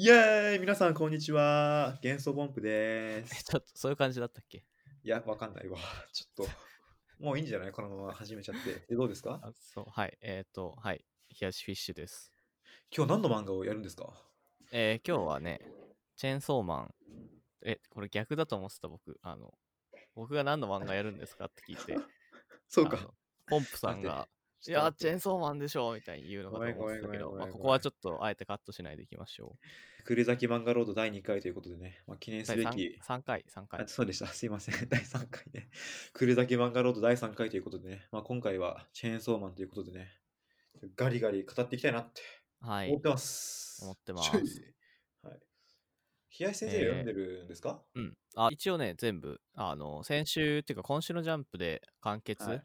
イエーイ皆さん、こんにちは。幻想ボンプでえす。 ちょっとそういう感じだったっけいや、わかんないわ。 ちょっと、もういいんじゃないこのまま始めちゃ って。えどうですかあそうはいえっ、とはい冷やしフィッシュです今日何の漫画をやるんですかえー、今日はねチェーンソーマンえこれ逆だと思ってた僕あの僕が何の漫画やるんですかって聞いてそうあか。のポンプさんが「いちょっとや待ーってチェーンソーマンでしょ」みたいに言うのかと思ってたごめんごめけど、んごめんごめんまあ、ここはちょっとあえてカットしないでいきましょう暮れ咲き漫画ロード第2回ということでね、まあ、記念す第べ 3, き。三回3あ回そうでした。すいません。 第3回ね。暮れ咲き漫画ロード第3回ということでね、まあ、今回はチェーンソーマンということでね、ガリガリ語っていきたいなっては思いってます。思ってます注意。はい。冷やし先生えー読んでるんですか、うん、あ一応ね全部あの先週っていうか今週のジャンプで完結、はい、い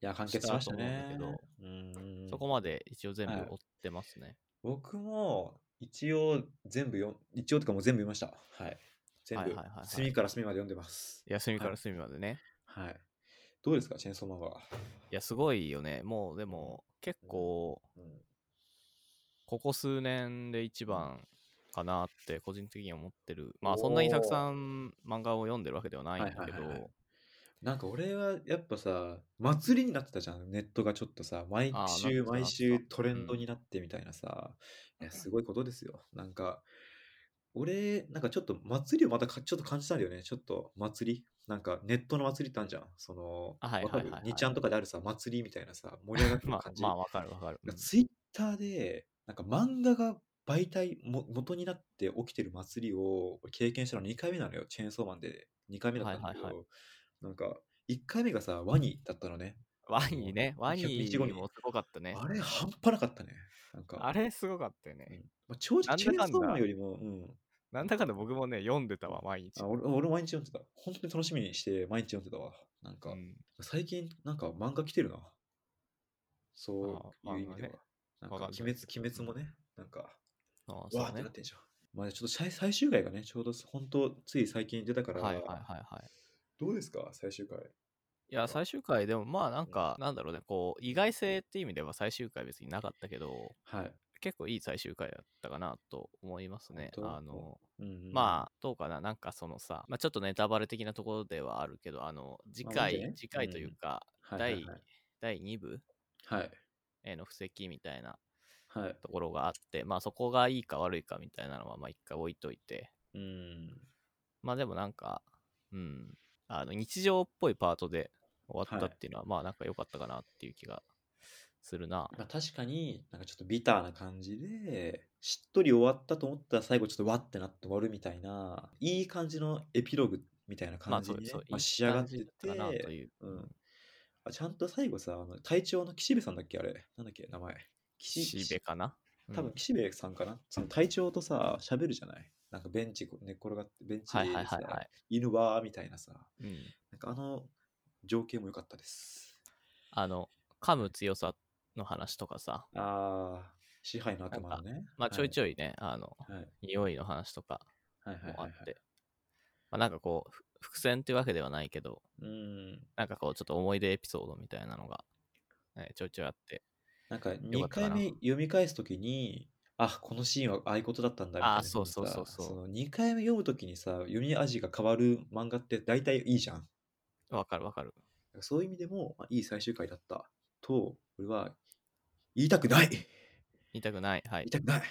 や、完結しましたね。したと思うんうんそこまで一応全部はい追ってますね、僕も一応全部読ん、一応とかもう全部読みました。はい。全はい部はいはいはい、隅から隅まで読んでます。休みかはいら隅までね、はい。どうですか、チェーンソーマンは。いや、すごいよね。もう、でも、結構、うんここ数年で一番かなって、個人的には思ってる。まおあ、ーそんなにたくさん漫画を読んでるわけではないんだはいけはいはいはいど、なんか俺はやっぱさ、祭りになってたじゃん。ネットがちょっとさ、毎あ週ーなってたなって毎た週トレンドうんになってみたいなさ、いやすごいことですよ。なんか、俺、なんかちょっと祭りをまたかちょっと感じたんだよね。ちょっと祭りなんかネットの祭りってあるじゃん。その、あはいわかるはいはいはい2ちゃんとかであるさ、祭りみたいなさ、盛り上がってる まあ感、じ。まあ、わかるわか る。うんツイッターで、なんか漫画が媒体も、元になって起きてる祭りを経験したの2回目なのよ。チェーンソーマンで2回目だったんだけど、はいはいなんか1回目がさ、ワニだったのね。ワニね、ワニ100日後にもすごかったね。あれ、半端なかったね。なんか、あれすごかったようんね。まあ、正な直んチェーだかンんだソーマンよりも、うん。なんだかんだ僕もね、読んでたわ、毎日あ。俺俺毎日読んでた。本当に楽しみにして毎日読んでたわ。なんか、うん最近なんか漫画来てるな。そういあーう意味では。なんかわかん鬼ない滅、鬼滅もね、なんか、あそわーっうてねなっ。てんじゃん。まあちょっと最最終回がね、ちょうど本当つい最近出たから、はいはいはいはい。どうですか最終回。いや、最終回でも、まあ、なんうんか、なんだろうね、こう、意外性って意味では最終回別になかったけど、はい。結構いい最終回だったかなと思いますね。本当あの、うんうんまあ、どうかな、なんかそのさ、まあ、ちょっとネタバレ的なところではあるけど、あの、次まあまあいいんじ回、ゃない次回というか、あはいはい第第2部はい。への布石みたいなはい。はいところがあって、まあそこがいいか悪いかみたいなのは、まあ一回置いといて、うん。まあでもなんか、うん、あの、日常っぽいパートで終わったっていうのは、まあなんか良かったかなっていう気がするな。まあ確かになんかちょっとビターな感じで、しっとり終わったと思ったら最後ちょっとわってなって終わるみたいな、いい感じのエピローグみたいなま感あじそうに、ねそう、まあいい仕上がっ感じてだたかなとて、いう。うんあちゃんと最後さ、あの隊長の岸部さんだっけあれなんだっけ名前。岸しべかな。多うん分岸辺さんかな、その隊長とさ、喋るじゃないなんかベンチこ寝っ転がって、ベンチはいではいさはいはい。犬はみたいなさ、うんなんかあの情景も良かったです。あの、噛む強さの話とかさ、ああ、支配の頭のね。まあちょいちょい。ょいね、あの、はい、匂いの話とかはい、はいもはいあはいって、まあなんかこう、ふ伏線ってわけではないけど、うん。なんかこう、ちょっと思い出エピソードみたいなのが、ね、ちょいちょいあって、なんかよ2かったか回な目読み返すときに、あ、このシーンはああいうことだったんだみたいなあーそうそうさそうそうその2回目読むときにさ、読み味が変わる漫画って大体いいじゃん。わかるわかる。なんかそういう意味でも、まあ、いい最終回だったと、俺は言いたくない言言いたくない。はいい。たくない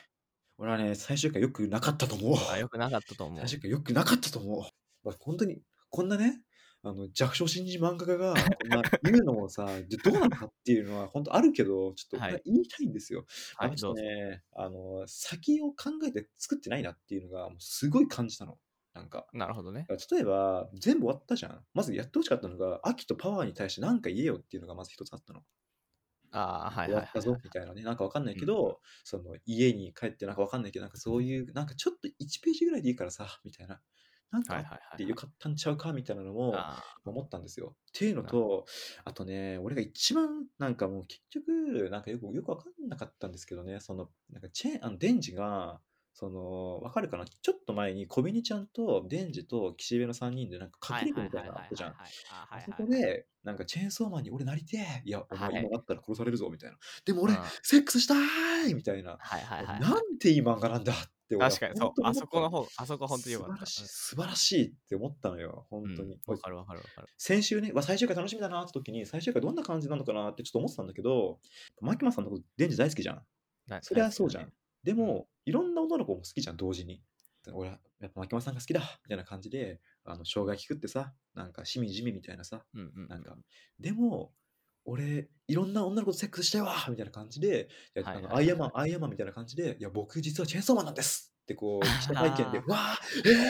俺はね、最終回良くなかったと思う。あ、よくなかったと思う最。終回良くなかったと思う。まあ、本当に、こんなね、あの弱小新人漫画家 がこんな言うのもさ、でどうなのかっていうのは本当あるけど、ちょっとはい俺は言いたいんですよ。はあのい、人どうぞ。ね、あの、先を考えて作ってないなっていうのが、もうすごい感じたの。なんか。なるほどね。例えば、全部終わったじゃん。まずやってほしかったのが、秋とパワーに対して何か言えよっていうのがまず一つあったの。ああ、はい終はわっいたはいぞはい。みたいなね、なんかわかんないけど、その家に帰ってなんかわかんないけど、なんかそういう、なんかちょっと1ページぐらいでいいからさ、みたいな。なんかはあいっはいはいてよかったんちゃうかみたいなのもあ思ったんですよ。っていうのと、あとね、俺が一番なんかもう結局、なんかよくよくわかんなかったんですけどね、その、なんかチェーン、あの、デンジが、その、わかるかなちょっと前に、小紅ちゃんと、デンジと岸辺の3人で、なんか、はかけいはるいみたはいいなのあはっいたじゃん。はいあはいそはいこで、なんか、チェーンソーマンに俺なりてえいや、お前は今いなったら殺されるぞ、みたいな。でもうん俺、セックスしたいみたいな。はいはいはいはなんていい漫画なんだってい。俺は確かに、本そ当う。あ思そったこのの方、あそこ本当によか素晴ら。ったしい、素晴らしいって思ったのよ、本うん当に。うんわかるわかるわかる。先週ね、うわ最終回楽しみだなって時に、最終回どんな感じなのかなってちょっと思ってたんだけど、マキマさんのこと、デンジ大好きじゃん。なそりゃそうじゃん。。でんも、いろんな女の子も好きじゃん、同時に。俺は、やっぱマキマさんが好きだみたいな感じで、あの生姜聞くってさ、なんかしみじみみたいなさ、うんうん。なんか、でも、俺、いろんな女の子とセックスしたいわみたいな感じで、いやあはいはいのはいアイアンマン、アイアンマンみたいな感じで、いや、僕実はチェーンソーマンなんですってこ う、記者会見で、あわあ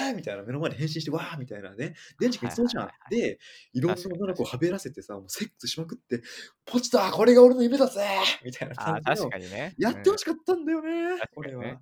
えーみたいな、目の前で変身して、わあみたいなね、電池がそうじゃん。で、いろんな確かに女の子をはべらせてさ、もうセックスしまくって、ポチだこれが俺の夢だぜみたいなあ感あ、じ確の、かにね。やってほししかったんだよね、確か俺にねは。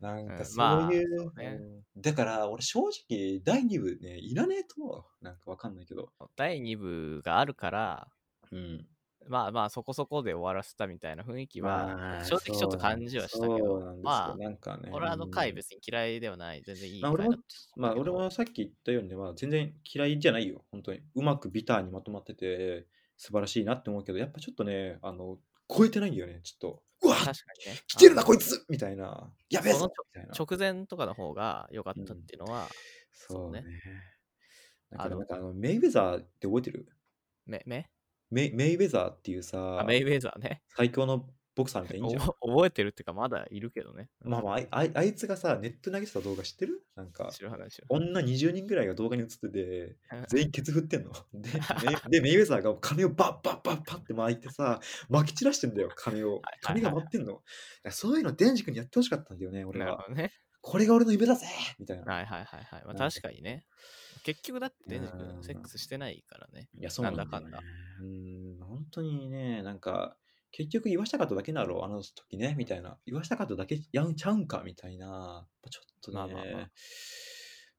なんうかんそういう、まあそうねうんだから俺正直第2部ね、いらねえと思う。なんかわかんないけど。第2部があるから、うんまあまあそこそこで終わらせたみたいな雰囲気まはあ正直ちょっと感じはしたけそどうなんですよまなんかねあ俺はあの回うん別に嫌いではない全然いいまあ、回だ俺っもたまあ、け俺どはさっき言ったように、まあ、全然嫌いじゃないよ、本当に。うまくビターにまとまってて、素晴らしいなって思うけど、やっぱちょっとね、あの、超えてないんだよね、ちょっと。うわ確かに ね来てるな、あのこいつみたいな。やべえそぞのみたいな。直前とかの方が良かったっていうのはそうねそう。だからあのなんかあの、メイウェザーって覚えてるめめメイメイウェザーっていうさあ、メイウェザーね最強のボクサーみたいにいいじゃん。 おぼ覚えてるっていうかまだいるけどねまあまああい、あいあいつがさ、ネットに投げてた動画知ってるなんか。知る話を女20人ぐらいが動画に映ってて、全員ケツ振 ってんの。で、メでメイウェザーが金をバッバッバッバッって巻いてさ、巻き散らしてんだよ、金を。はいはい金が舞ってんの。だからそういうの、デンジ君にやってほしかったんだよね、俺なるは。ほどねこれが俺の夢だぜみたいな。はいはいはいはいまなあんか確かにね結局だってデンジう君んセックスしてないからねいや、そうなんだよね。なんだかんだうん、本当にね、なんか、結局言わしたかっただけだろう、あの時ね、みたいな。言わしたかっただけやんちゃうんか、みたいな。ちょっとね、まあまあまあ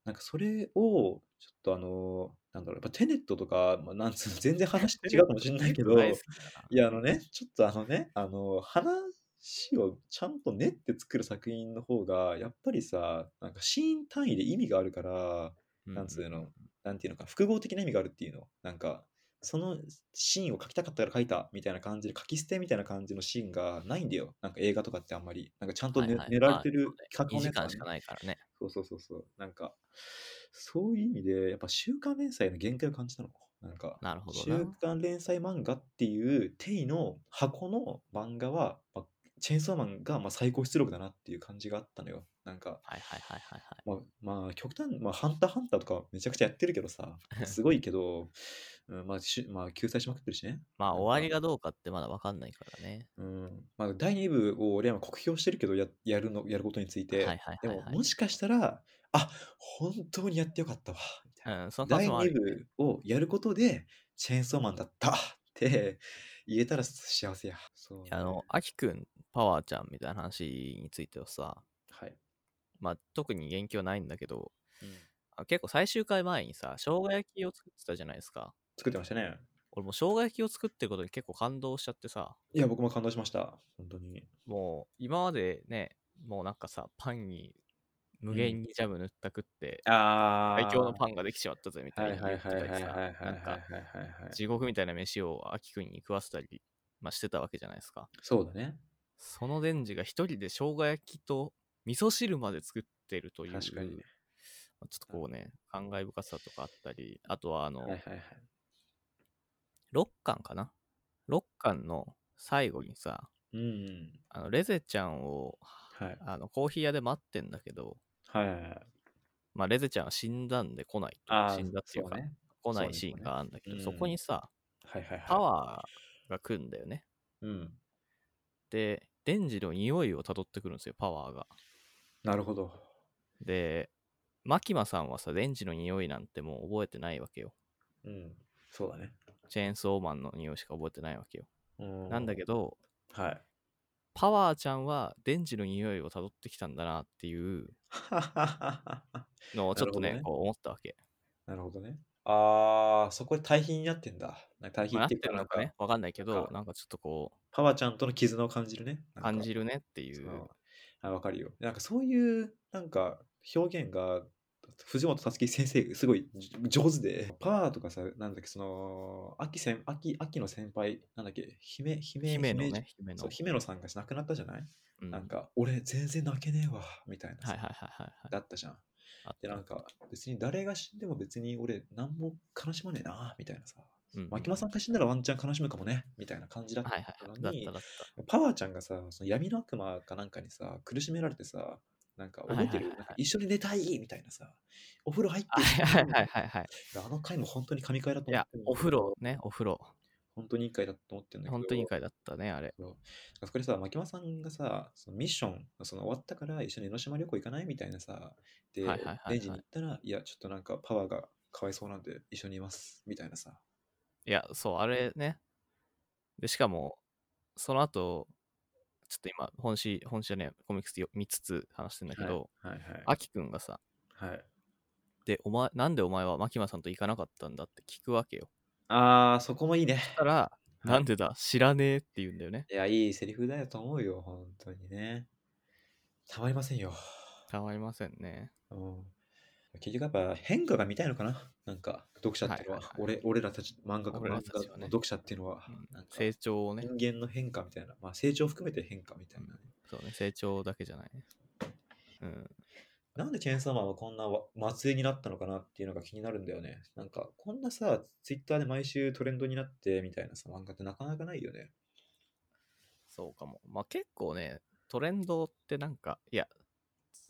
なんかそれを、ちょっとあの、なんだろう、やっぱテネットとか、まあ、なんつうの、全然 話違うかもしれないけど、大好いきだなや、あのね、ちょっとあのね、あの、話をちゃんと練って作る作品の方が、やっぱりさ、なんかシーン単位で意味があるから、うなんつうの、なんていうのか、複合的な意味があるっていうの。なんか、そのシーンを書きたかったから書いたみたいな感じで、書き捨てみたいな感じのシーンがないんだよ。なんか映画とかってあんまり。なんかちゃんとね、はいはい寝られてるまあそうねのやつ2時が間ねしかないからねそうそうそうそう。なんか、そういう意味で、やっぱ週刊連載の限界を感じたの。なんか、なるほどな週刊連載漫画っていう定位の箱の漫画は、まあチェーンソーマンがまあ最高出力だなっていう感じがあったのよ。なんか、はいはいはいはいはいまあ、まあ、極端、まあ、ハンターハンターとかめちゃくちゃやってるけどさ、すごいけど、うんまあしまあ、救済しまくってるしね。まあなんか終わりがどうかってまだ分かんないからね。うんまあ、第2部を俺は酷評してるけどや、やるの、やることについて、はいはいではいも、はいもしかしたら、あ、本当にやってよかったわ、みたいな。うん、その可能第性もあ2る。部をやることで、チェーンソーマンだったって言えたら幸せや。そうねあの、アキくん、パワーちゃんみたいな話についてはさ、はい。まあ特に言及はないんだけど、うんあ結構最終回前にさ、生姜焼きを作ってたじゃないですか。作ってましたね。俺もう生姜焼きを作ってることに結構感動しちゃってさ、いや、僕も感動しました。本当に。もう今までね、もうなんかさ、パンに無限にジャム塗ったくって、あ最強のパンができちまったぜみたはいいなはい言っはていたはいりはいはいはいはさないんかはい。地獄みたいな飯をアキくんに食わせたり、まあ、してたわけじゃないですか。そうだね。そのデンジが一人で生姜焼きと味噌汁まで作ってるという。確かにねまあちょっとこうね、感慨深さとかあったり、あとはあの、はいはいはい。 6巻かな ?6 巻の最後にさ、うんうん。あのレゼちゃんをはい。あのコーヒー屋で待ってんだけど、はいはいはい。まあ、レゼちゃんは死んだんで来ないとああ、死んだっていうそかね。来なそういねシーンがあるんだけど、そうそ,、ねこにさ、はいはいはい。パワーが来るんだよね。ー。うん。で、デンジの匂いをたどってくるんですよ、パワーが。なるほど。で、マキマさんはさ、デンジの匂いなんてもう覚えてないわけよ。うん。そうだね。チェーンソーマンの匂いしか覚えてないわけよ。ななんだけど、ど。はい。 パワーちゃんはデンジの匂いをたどってきたんだなっていうのをちょっとね、なるほどねこう思ったわけ。なるほどね。ああ、そこで対比になってんだ。なんか対比まあなっっていうてか、るなのんかかね、、わかんないけなんど、かなんかちょっとこパワーちゃんとの絆を感じるね。う、感じるるねっていう。あ、わかるよ。なんかそういうなんか表現が藤本たつき先生すごいじ上手で、パーとかさ、なんだっけ、その、秋先秋秋の先輩、なんだっけ、姫、姫、姫のね、姫そのう。姫野さんが亡くなったじゃない、うんなんか、俺全然泣けねえわ、みたいなさ、はいはいはいはいはい。だったじゃん。あっで、たなんか、別に誰が死んでも別に俺何も悲しまねえな、みたいなさ。うんうん牧間さんが死んだらワンチャン悲しむかもね、みたいな感じだったはいはいはい。のだっにた、だった。パワーちゃんがさ、その闇の悪魔かなんかにさ、苦しめられてさ、なんか覚えてる、はいはいはいはいなんか一緒に寝たいみたいなさ、お風呂入ってはいはいはいはいはい。あの回も本当に神回だとい思やってる、お風呂ね、お風呂。本当にいい回だと思ってるんだけど、本当にいい回だったね、あれ。そこでさ、牧間さんがさ、そのミッション、その終わったから一緒に江ノ島旅行行かないみたいなさ、で、はいはいはいはいレンジに行ったら、いや、ちょっとなんかパワーがかわいそうなんで一緒にいます、みたいなさ。いや、そう、あれね。で、しかも、その後、ちょっと今、本誌、本誌じゃねえ、コミックスよ見つつ話してんだけど、はいはいあきくんがさ、はい。はい、で、お前、なんでお前は牧間さんと行かなかったんだって聞くわけよ。ああ、そこもいいね。そしたら、なんでだ、知らねえって言うんだよね。いや、いいセリフだよと思うよ、本当にね。たまりませんよ。たまりませんね。うん、結局やっぱ変化が見たいのかななんか読者っていうのは,、はいはいはい俺俺らたち漫画家俺ら漫た画ちはねの読者っていうのは、うんなんか成長をね、人間の変化みたいな、まあ、成長含めて変化みたいな、ねそうね、成長だけじゃないね。うん。なんでチェーンソーマンはこんなわ末裔になったのかなっていうのが気になるんだよねなんかこんなさツイッターで毎週トレンドになってみたいなさ漫画ってなかなかないよねそうかも。まあ結構ね、トレンドってなんか、いや、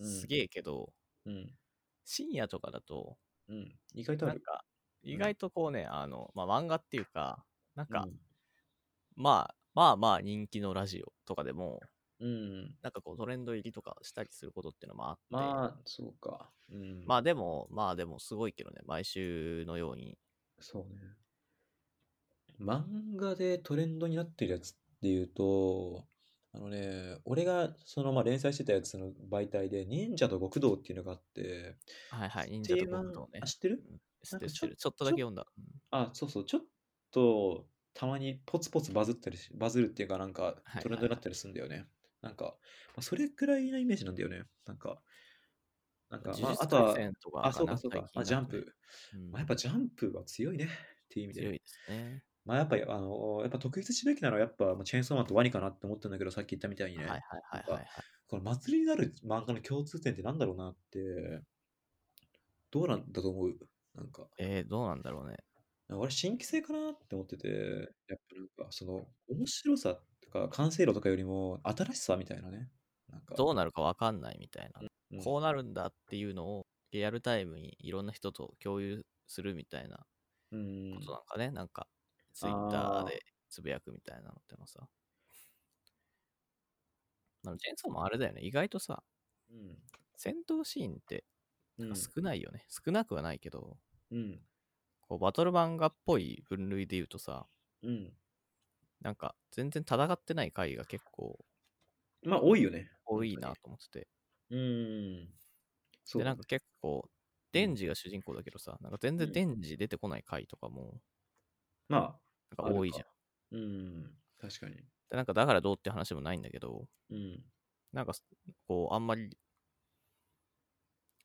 うんすげえけど、うん深夜とかだと、うん意外とあなんるか、ん意外とこうね、あの、まあ漫画っていうか、なんか、うんまあ、まあまあ人気のラジオとかでも、うんなんかこうトレンド入りとかしたりすることっていうのもあって、まあ、まあそうかうんでも、まあでもすごいけどね、毎週のように。そうね。漫画でトレンドになってるやつっていうと、あのね、俺がそのまあ連載してたやつの媒体で、忍者と極道っていうのがあって、はいはい、忍っ者ていとう極漫道ねあ、。知ってる知なんっかてるち知ょってる。ちょっとだけ読んだ。うんあ、そうそう、ちょっとたまにポツポツバズったりし、バズるっていうかなんかはいトレンドになったりするんだよね。なんか、まあそれくらいなイメージなんだよね。なんか、なんか、ま呪あ、あ術とは廻、戦とかあ、がそうなかんそう最か、近まあ、ジャンなんかプ。ね、うんまあ、やっぱジャンプは強いねっていう意味でね強いですね。まあやっぱり、あのやっぱ特筆すべきなのは、やっぱ、まあチェーンソーマンとワニかなって思ったんだけど、さっき言ったみたいにはね、いはいはいはいはい。この祭りになる漫画の共通点ってなんだろうなって、どうなんだと思うなんか、えー、どうなんだろうね。俺、新規性かなって思ってて、やっぱなんか、その、面白さとか、完成度とかよりも、新しさみたいなね。なんか、どうなるかわかんないみたいな。うんこうなるんだっていうのをリアルタイムにいろんな人と共有するみたいなうんことなんかね、なんかツイッタあーーでつぶやくみたいなのってのさ。あのジェンソンもあれだよね、意外とさ、うん戦闘シーンってうん少ないよね。少なくはないけど、うんこうバトル漫画っぽい分類で言うとさ、うんなんか全然戦ってない回が結構まあ、多いよね。多いなと思ってて。うん。そうで、だなねんか結構、デンジが主人公だけどさ、なんか全う然んデンジ出てこない回とかも、まあ、なんか多いじゃん。ゃん。うん、確かに。で、なんかだからどうって話もないんだけど、うん。なんかす、こう、あんまり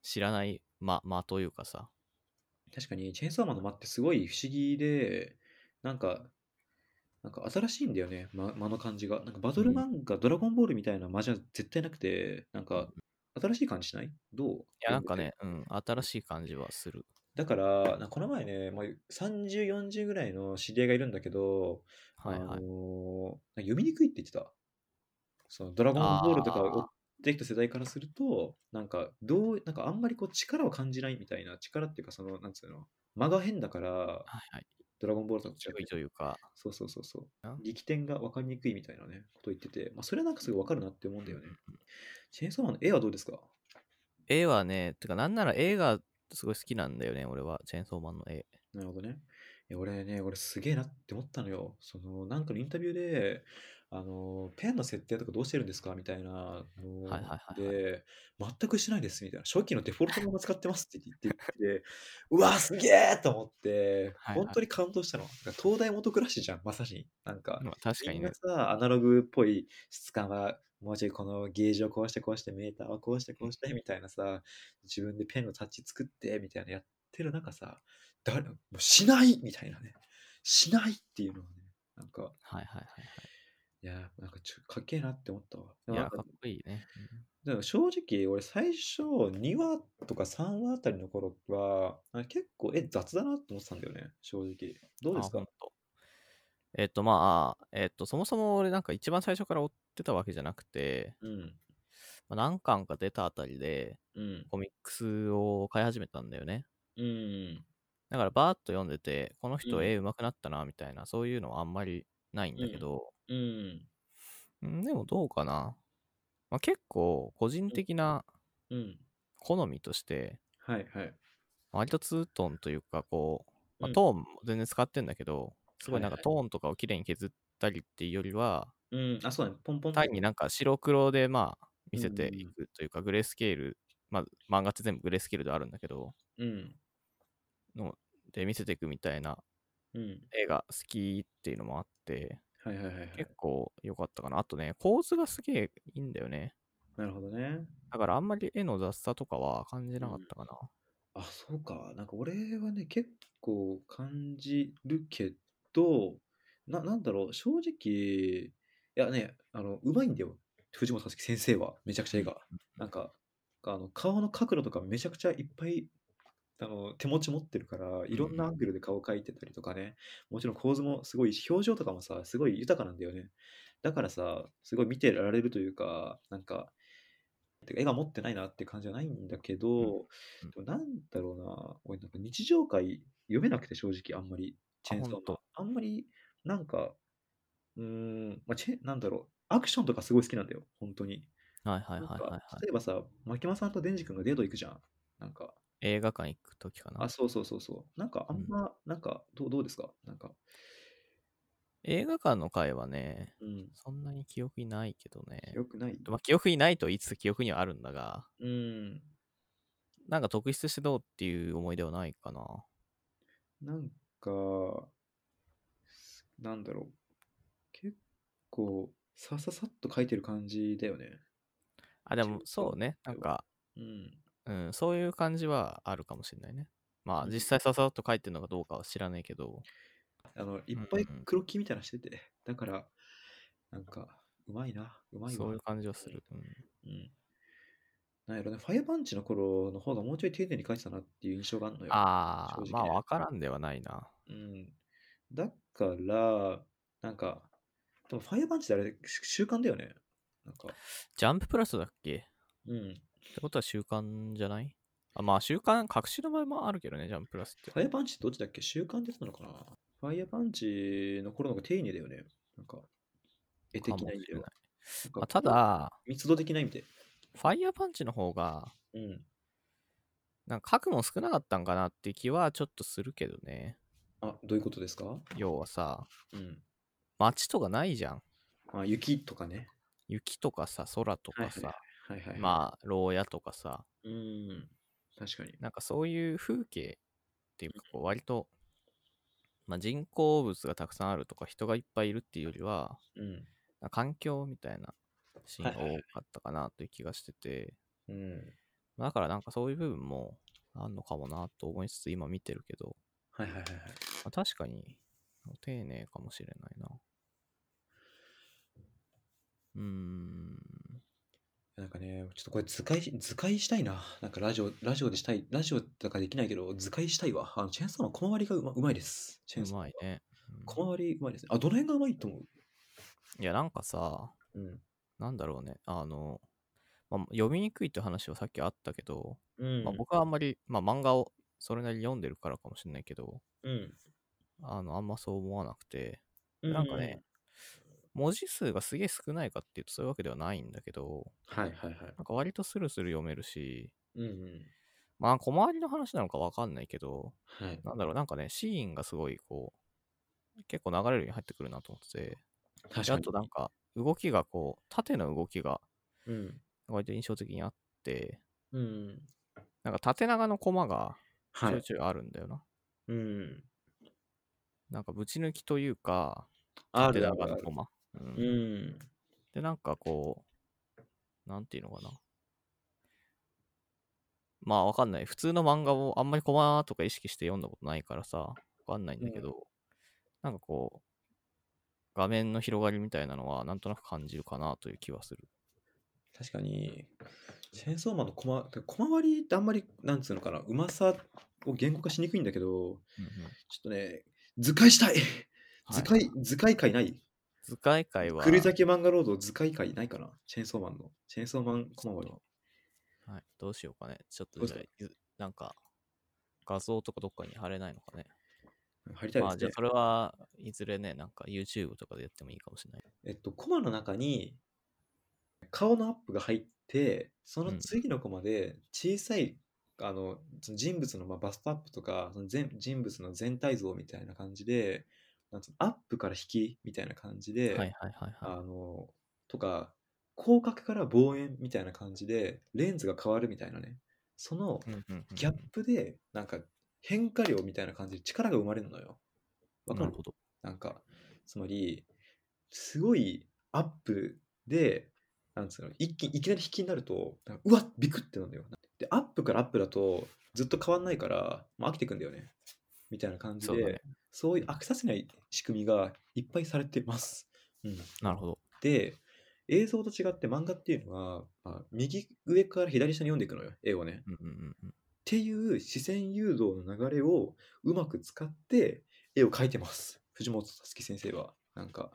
知らない間、間というかさ、確かに、チェーンソーマンの間ってすごい不思議で、なんか、なんか新しいんだよね、ま、間の感じが。なんかバトル漫画、ドラゴンボールみたいな間じゃ絶対なくて、なんか、新しい感じしないどういいや、なんかね、うん、新しい感じはする。だから、なんかこの前ね、まあ、30、40ぐらいの知り合いがいるんだけど、はいあのはい。ーなんか読みにくいって言ってた。そのドラゴンボールとかを追ってきた世代からすると、なんか、どう、なんかあんまりこう力を感じないみたいな、力っていうか、その、なんつうの、間が変だから、はいはい。ドラゴンボールとかと違強っいてというか、そうそうそうそうな。力点が分かりにくいみたいなね、こと言ってて、まあ、それはなんかすごい分かるなって思うんだよね。チェーンソーマンの絵はどうですか絵はね、てか、なんなら映画すごい好きなんだよね、俺は、チェーンソーマンの絵。なるほどね。いや俺ね、俺すげえなって思ったのよ。その、なんかのインタビューで、あの、ペンの設定とかどうしてるんですかみたいなのはいはいはいはい。で、全くしないですみたいな。初期のデフォルトのまま使ってますって言って言って、うわ、すげえと思って、はい本は当い。に感動したの。なんか東大元暮らしじゃん、まさに。なんか、まあ、確かみにんなね。さ、アナログっぽい質感は、もうちょいこのゲージをこうしてこうして、メーターはこうしてうこんうしてみたいなさ、自分でペンのタッチ作ってみたいなやってる中さ、誰もうしないみたいなね。しないっていうのはね、なんか、はいはいはいはいや、なんかちょかっけえなって思ったわ。でい。いもなんや、か、かっこいいね。うんでも正直、俺最初2話とか3話あたりの頃は、あ結構、え、雑だなって思ってたんだよね、正直。どうであ、すほかんと。えっと、まあ、えっと、そもそも俺なんか一番最初から追ってたわけじゃなくて、うん、まあ、何巻か出たあたりでうん、コミックスを買い始めたんだよね。うん、だからバーッと読んでて、このう人ん、絵上手くなったな、みたいな、そういうのはあんまりないんうだけん、ど、うん、んでもどうかな。まあ、結構個人的なうん、好みとして、はい、はい、割とツートンというか、こう、うまあ、ん、トーンも全然使ってんだけど、すごはいい、なんかはい。トーンとかを綺麗に削ったりっていうよりは、うん、あ、そうだね、ポンポンって単こにと。なんか白黒でまあ見うせていん、くというか、グレースケール、まあ漫画って全部グレースケールであるんだけど、うん、ので見せていくみたいなうん、絵が好きっていうのもあって、はい、はい、はい、は結い。構良かったかな。あとね、構図がすげえいいんだよね。なるほどね。だからあんまり絵の雑さとかは感じうなかっん。たかな。あ、そうか。なんか俺はね、結構感じるけど、な、なんだろう、正直、いやね、あの、うまいんだよ。藤本さ樹先生は、めちゃくちうゃ絵んうんが。なんか、あの、顔の角度とかめちゃくちゃいっぱい、あの、手持ち持ってるから、ういんうろんなアンんグルで顔描いてたりとかね、もちろん構図もすごいし、表情とかもさ、すごい豊かなんだよね。だからさ、すごい見てられるというか、なんか、てか絵が持ってないなって感じはないんだけうんうんど、うんでもなんだろうな、俺なんか日常会読めなくて正直あんまり、チあ、ェーンソーほんマン。と。あんまり、なんか、うーん、まあ、チェなんだろう、アクションとかすごい好きなんだよ、本当に。はいはいなんはいか、はいはい。例えばさ、牧間さんとデンジ君がデート行くじゃん。なんか、映画館行くときかな。あ、そうそうそうそう。なんかあうんん。ま、なんか、どうどうですかなんか、映画館の回はね、うん、そんなに記憶にないけど記ね。憶ないまあ、記憶にないと言いつつ記憶にはあるんだが、うん、なんか特筆してどうっていう思い出はないかな。なんか、なんだろう、結構、さささっと書いてる感じだよね。あ、でチェもーンソーそうね。なんマンか、うん。うん、そういう感じはあるかもしれないね。うまあん実際ささっと書いてるのかどうかは知らないけど、あの、いっうんぱいうん、黒木みたいなのしてて、だから、なんか、うまいな、うまいそうわ。いう感じはする。うん。うん。うんなんやろね、ファイアパンチの頃の方がもうちょい丁寧に書いてたなっていう印象があるのよ。あ正あ、ま直あね。わからんではないな。うん。だから、なんか、でもファイアパンチってあれ、し習慣だよね。なんか、ジャンププラスだっけっうん。てことは週刊じゃないあ、まあ週刊、各種の場合もあるけどね、ジャンププラスって。ファイアパンチってどっちだっけ習慣ってやつなのかなファイアパンチの頃の方が丁寧だよね。なんか、絵か的なも意味しでれは。ない。なんまか、あ、ただ、密度的な意味で。ファイヤーパンチの方が、うん。なんか書くもん少なかったんかなって気はちょっとするけどね。あ、どういうことですか要はさ、うん。街とかないじゃん。あ、雪とかね。雪とかさ、空とはいかはいさ、はいはいはいはい。まあ、牢屋とかさ、うーん。確かに。なんかそういう風景っていうか、こう割と、まあ、人工物がたくさんあるとか、人がいっぱいいるっていうよりは、うん。なんか環境みたいなシーはンいがはいは多い。かったかなという気がしてて、うん。まあだからなんかそういう部分もあんのかもなと思いつつ今見てるけど、はいはいはいはい。まあ、確かに丁寧かもしれないな。うーん。なんかね、ちょっとこれ図解し、図解したいな。なんかラジオ、ラジオでしたい。ラジオだからできないけど、図解したいわ。あの、チェーンソーマン小回りがうま、うまいです。チェーうンソーまいマンは。ね。うん、小回りうまいですね。あ、どの辺がうまいと思ういや、なんかさ、うん。なんだろうね。あの、まあ、読みにくいって話はさっきあったけど、うまあ、ん。僕はあんまり、まあ、漫画をそれなりに読んでるからかもしれないけど、うん。あの、あんまそう思わなくて、うでなんかん。ね、文字数がすげえ少ないかっていうとそういうわけではないんだけど、はいはいはい。なんか割とスルスル読めるし、うん。まあ、小回りの話なのかわかんないけど、はい。なんだろう、なんかね、シーンがすごい、こう、結構流れるように入ってくるなと思ってて、確でかあにと。なんか、動きがこう、縦の動きがうん。割と印象的にあって、うん。なんか縦長のコマがちはょいい。ちょいあるんだよな。うん。なんかぶち抜きというか、あ縦るあ長るあのるコ。マ。う、うんん。で、なんかこう、なんていうのかな。まあわかんない。普通の漫画をあんまりコマとか意識して読んだことないからさ、わかんないんだけど、なんかこう、画面の広がりみたいなのはなんとなく感じるかなという気はする。確かに、チェーンソーマンのコマ、コマ割りってあんまり、なんつうのかな、うまさを言語化しにくいんだけど、うんうちょんっとね、図解したいは図い解、図解会ない図解会は、狂い咲き漫画ロード図解会ないかなチェーンソーマンの。チェーンソーマンコマ割り。はい、どうしようかね。ちょっどとうじぞゃあ、いずなんか、画像とかどっかに貼れないのかね。入りたいでまあ、すじゃねあ、。それはいずれね、なんか YouTube とかでやってもいいかもしれない。えっと、コマの中に顔のアップが入って、そのうん次のコマで小さい、あのその人物のまあバストアップとか、その全人物の全体像みたいな感じで、なんつうのアップから引きみたいな感じで、はいはいはいはい。あのとか、広角から望遠みたいな感じで、レンズが変わるみたいなね、そのうんうんうんギャップで、なんか変化量みたいな感じで力が生まれるのよ。わかなるるほど。なんか、つまり、すごいアップで、なんつうの、一気いきなり引きになると、なんかうわっ、ビクってなんだよ。で、アップからアップだと、ずっと変わんないから、もう飽きてくんだよね。みたいな感じで、そそうう,、だね。いう飽きさせない仕組みがいっぱいされてます。うん、なるほど。で、映像と違って漫画っていうのは、まあ、右上から左下に読んでいくのよ、絵をね。うんうんうんうん。っていう視線誘導の流れをうまく使って絵を描いてます 藤本さつき先生はなんか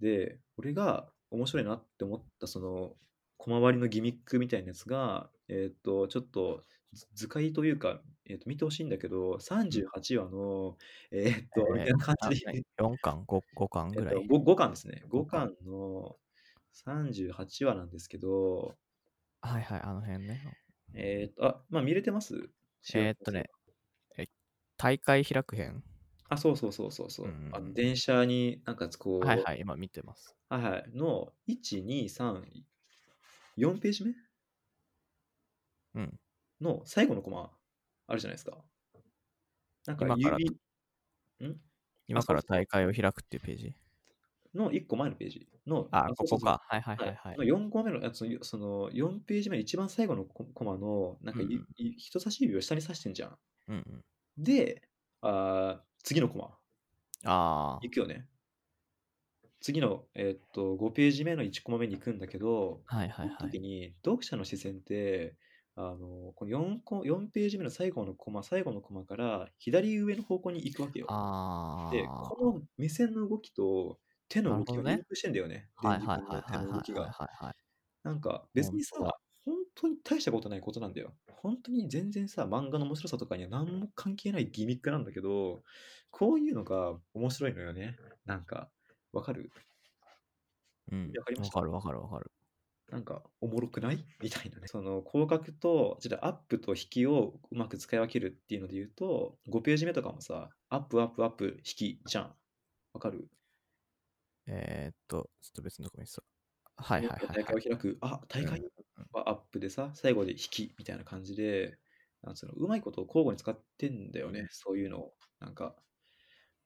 で俺が面白いなって思ったその小回りのギミックみたいなやつがえーっとちょっと図図解というか、えーっと見てほしいんだけど38話のえーっとみたいな感じで4巻、5, 五巻ぐらい。えっと、5, 巻ですね五5巻巻の38話なんですけどはいはい、あの辺ね。えーっとあまあ見れてますえーっとね、え大会開く編。あ、そうそうそうそうそう。うんうんうんあの電車になんかこう、はいはい、今見てます。はいはいの1、2、3、4ページ目うん。の最後のコマあるじゃないですか。なんか今から指今からそうそう大会を開くっていうページ。の1個前のページの、あ、そこうそこうそうか。はいはいはいははいい、。4個目のあそのその4ページ目の一番最後のココマのなんかい、うんうんい人差し指を下に指してんじゃん。うんうん、で、あー次のコマあ行くよね。次の、えーっと5ページ目の1コマ目に行くんだけど、あ、はいはいそはの時い。に読者の視線ってあのこの 4, コ4ページ目の最後のコマ最後のコマから左上の方向に行くわけよ。あであ。この目線の動きと手の動きなるほどがねリンクしてんだよね。はいはい電磁はい波の手のはい動はいきはいが。はいはい。なんか別にさ本当だ本当に大したことないことなんだよ。本当に全然さ漫画の面白さとかには何も関係ないギミックなんだけどこういうのが面白いのよね。なんかわかるうんわかりまわしたかるわかるわかる。なんかおもろくないみたいなね。その広角と、ちょっとアップと引きをうまく使い分けるっていうので言うと、5ページ目とかもさ、アップアップアップ引きじゃん。わかるえー、っと、ちょっと別のとこ見せた。はいはいはい、大は会をい。開く、あ、大会はアップでさ、最後で引きみたいな感じで、なんつうのうまいことを交互に使ってんだよね、そういうのを。なんか、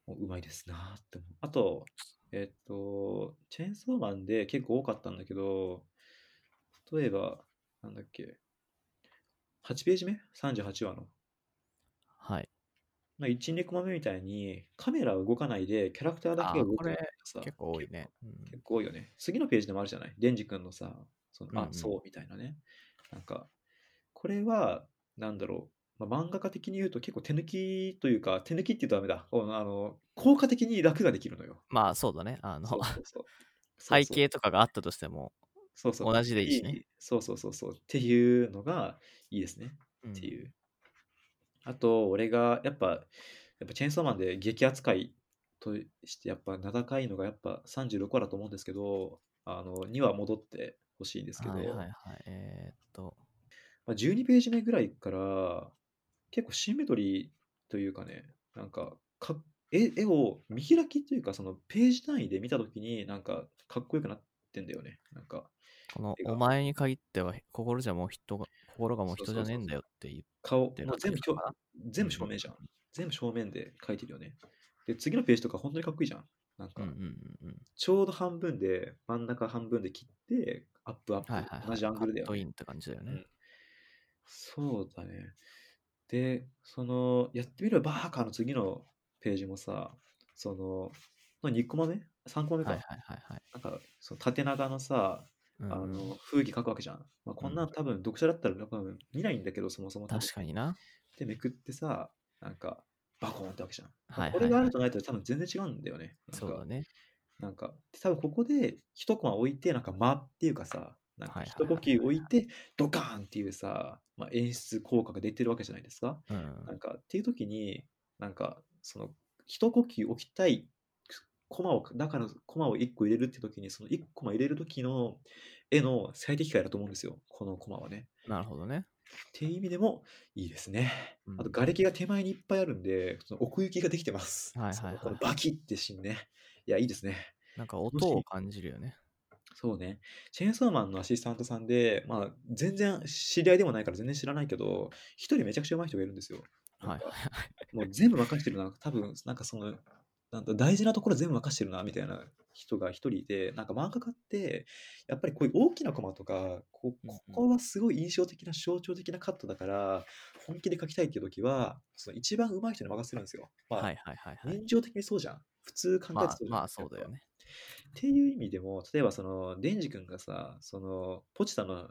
もううまいですなーって思う。あと、えっと、チェーンソーマンで結構多かったんだけど、例えば、なんだっけ、8ページ目 ?38 話の。はい。まあ、1、2コマ目みたいに、カメラは動かないで、キャラクターだけが動かないあーこれさ結構多いね。うん結構多いよね。次のページでもあるじゃないデンジ君のさ、そのうんあ、うんそうみたいなね。なんか、これは、なんだろう、まあ、漫画家的に言うと結構手抜きというか、手抜きって言うとダメだ。おあの効果的に楽ができるのよ。まあそうだね。あの、そうそうそう背景とかがあったとしても、そうそう同じでいいしねそうそうそうそう。っていうのがいいですね。うんっていう。あと、俺がやっぱ、やっぱチェーンソーマンで激扱いとして、やっぱ名高いのがやっぱ36話だと思うんですけど、あの、2話戻ってほしいんですけど、はいはいはい。えー、っと、まあ、12ページ目ぐらいから、結構シンメトリーというかね、なんかか絵、絵を見開きというか、そのページ単位で見たときに、なんか、かっこよくなってんだよね。なんか、このてかお前に限っては心じゃもう人が、心がもう人じゃねえんだよって言っ顔、てるもう全部っていう表のかな全部正面じゃん。全部正面で描いてるよね。で、次のページとか本当にかっこいいじゃん。なんかうん、うんうんうん。ちょうど半分で、真ん中半分で切って、アップアップ、はいはい、はい。同じアングルだカッよトねインって感じだようねん。そうだね。で、その、やってみればバーカーの次のページもさ、その、まあ2コマ目 ?3 コマ目か。はいはいはいはい。なんか、その縦長のさ、うあんうんの、風紀書くわけじゃん。まあ、こんなうんの多分読者だったら多分見ないんだけど、そもそも多分。確かにな。で、めくってさ、なんか、バコーンってわけじゃん。はいはいはいこれがあるとないと多分全然違うんだよね。なんかそうだね。なんか、で多分ここで一コマ置いて、なんか間っていうかさ、なんはかいはい一呼吸置いて、ドカーンっていうさ、まあ、演出効果が出てるわけじゃないですか。うん。なんか、っていう時に、なんか、その、一呼吸置きたい、コマを、だからコマを一個入れるって時に、その一コマ入れる時の絵の最適解だと思うんですよ、このコマはね。なるほどね。っていう意味でもいいですね。うんあと、瓦礫が手前にいっぱいあるんで、その奥行きができてます。はいはいはいそのこのバキってシーンね。いや、いいですね。なんか音を感じるよね。そうね。チェーンソーマンのアシスタントさんで、まあ、全然知り合いでもないから全然知らないけど、一人めちゃくちゃ上手い人がいるんですよ。はなんいはいかはい。もう全部任してるな、多分なんかその、なんだ大事なところ全部任してるな、みたいな人が一人いて、なんか漫画家って、やっぱりこういう大きなコマとか、こうんうんここはすごい印象的な象徴的なカットだから、本気で描きたいっていう時は、その一番上手い人に任せるんですよ。まあ、はいはいはいはい。人情的にそうじゃん。普通考えてまあじゃんまあそうだよ。ね。っていう意味でも、例えばその、デンジ君がさ、その、ポチタの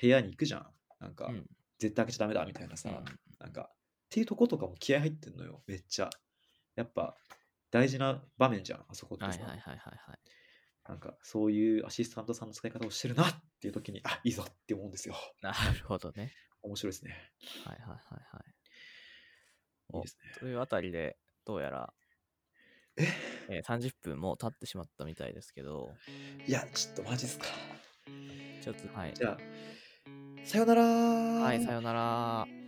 部屋に行くじゃん。なんか、うん絶対開けちゃダメだみたいなさ、うんなんか、っていうとことかも気合入ってんのよ、めっちゃ。やっぱ、大事な場面じゃん、あそこってはいさはいはいはいはい。なんか、そういうアシスタントさんの使い方をしてるなっていう時に、あ、いいぞって思うんですよ。なるほどね。面白いですね。はいはいはいはいいお。いですね。というあたりで、どうやら、えー30分もう経ってしまったみたいですけど、いや、ちょっとマジっすか。ちょっと、はい。じゃあ、さよならはい、さよなら。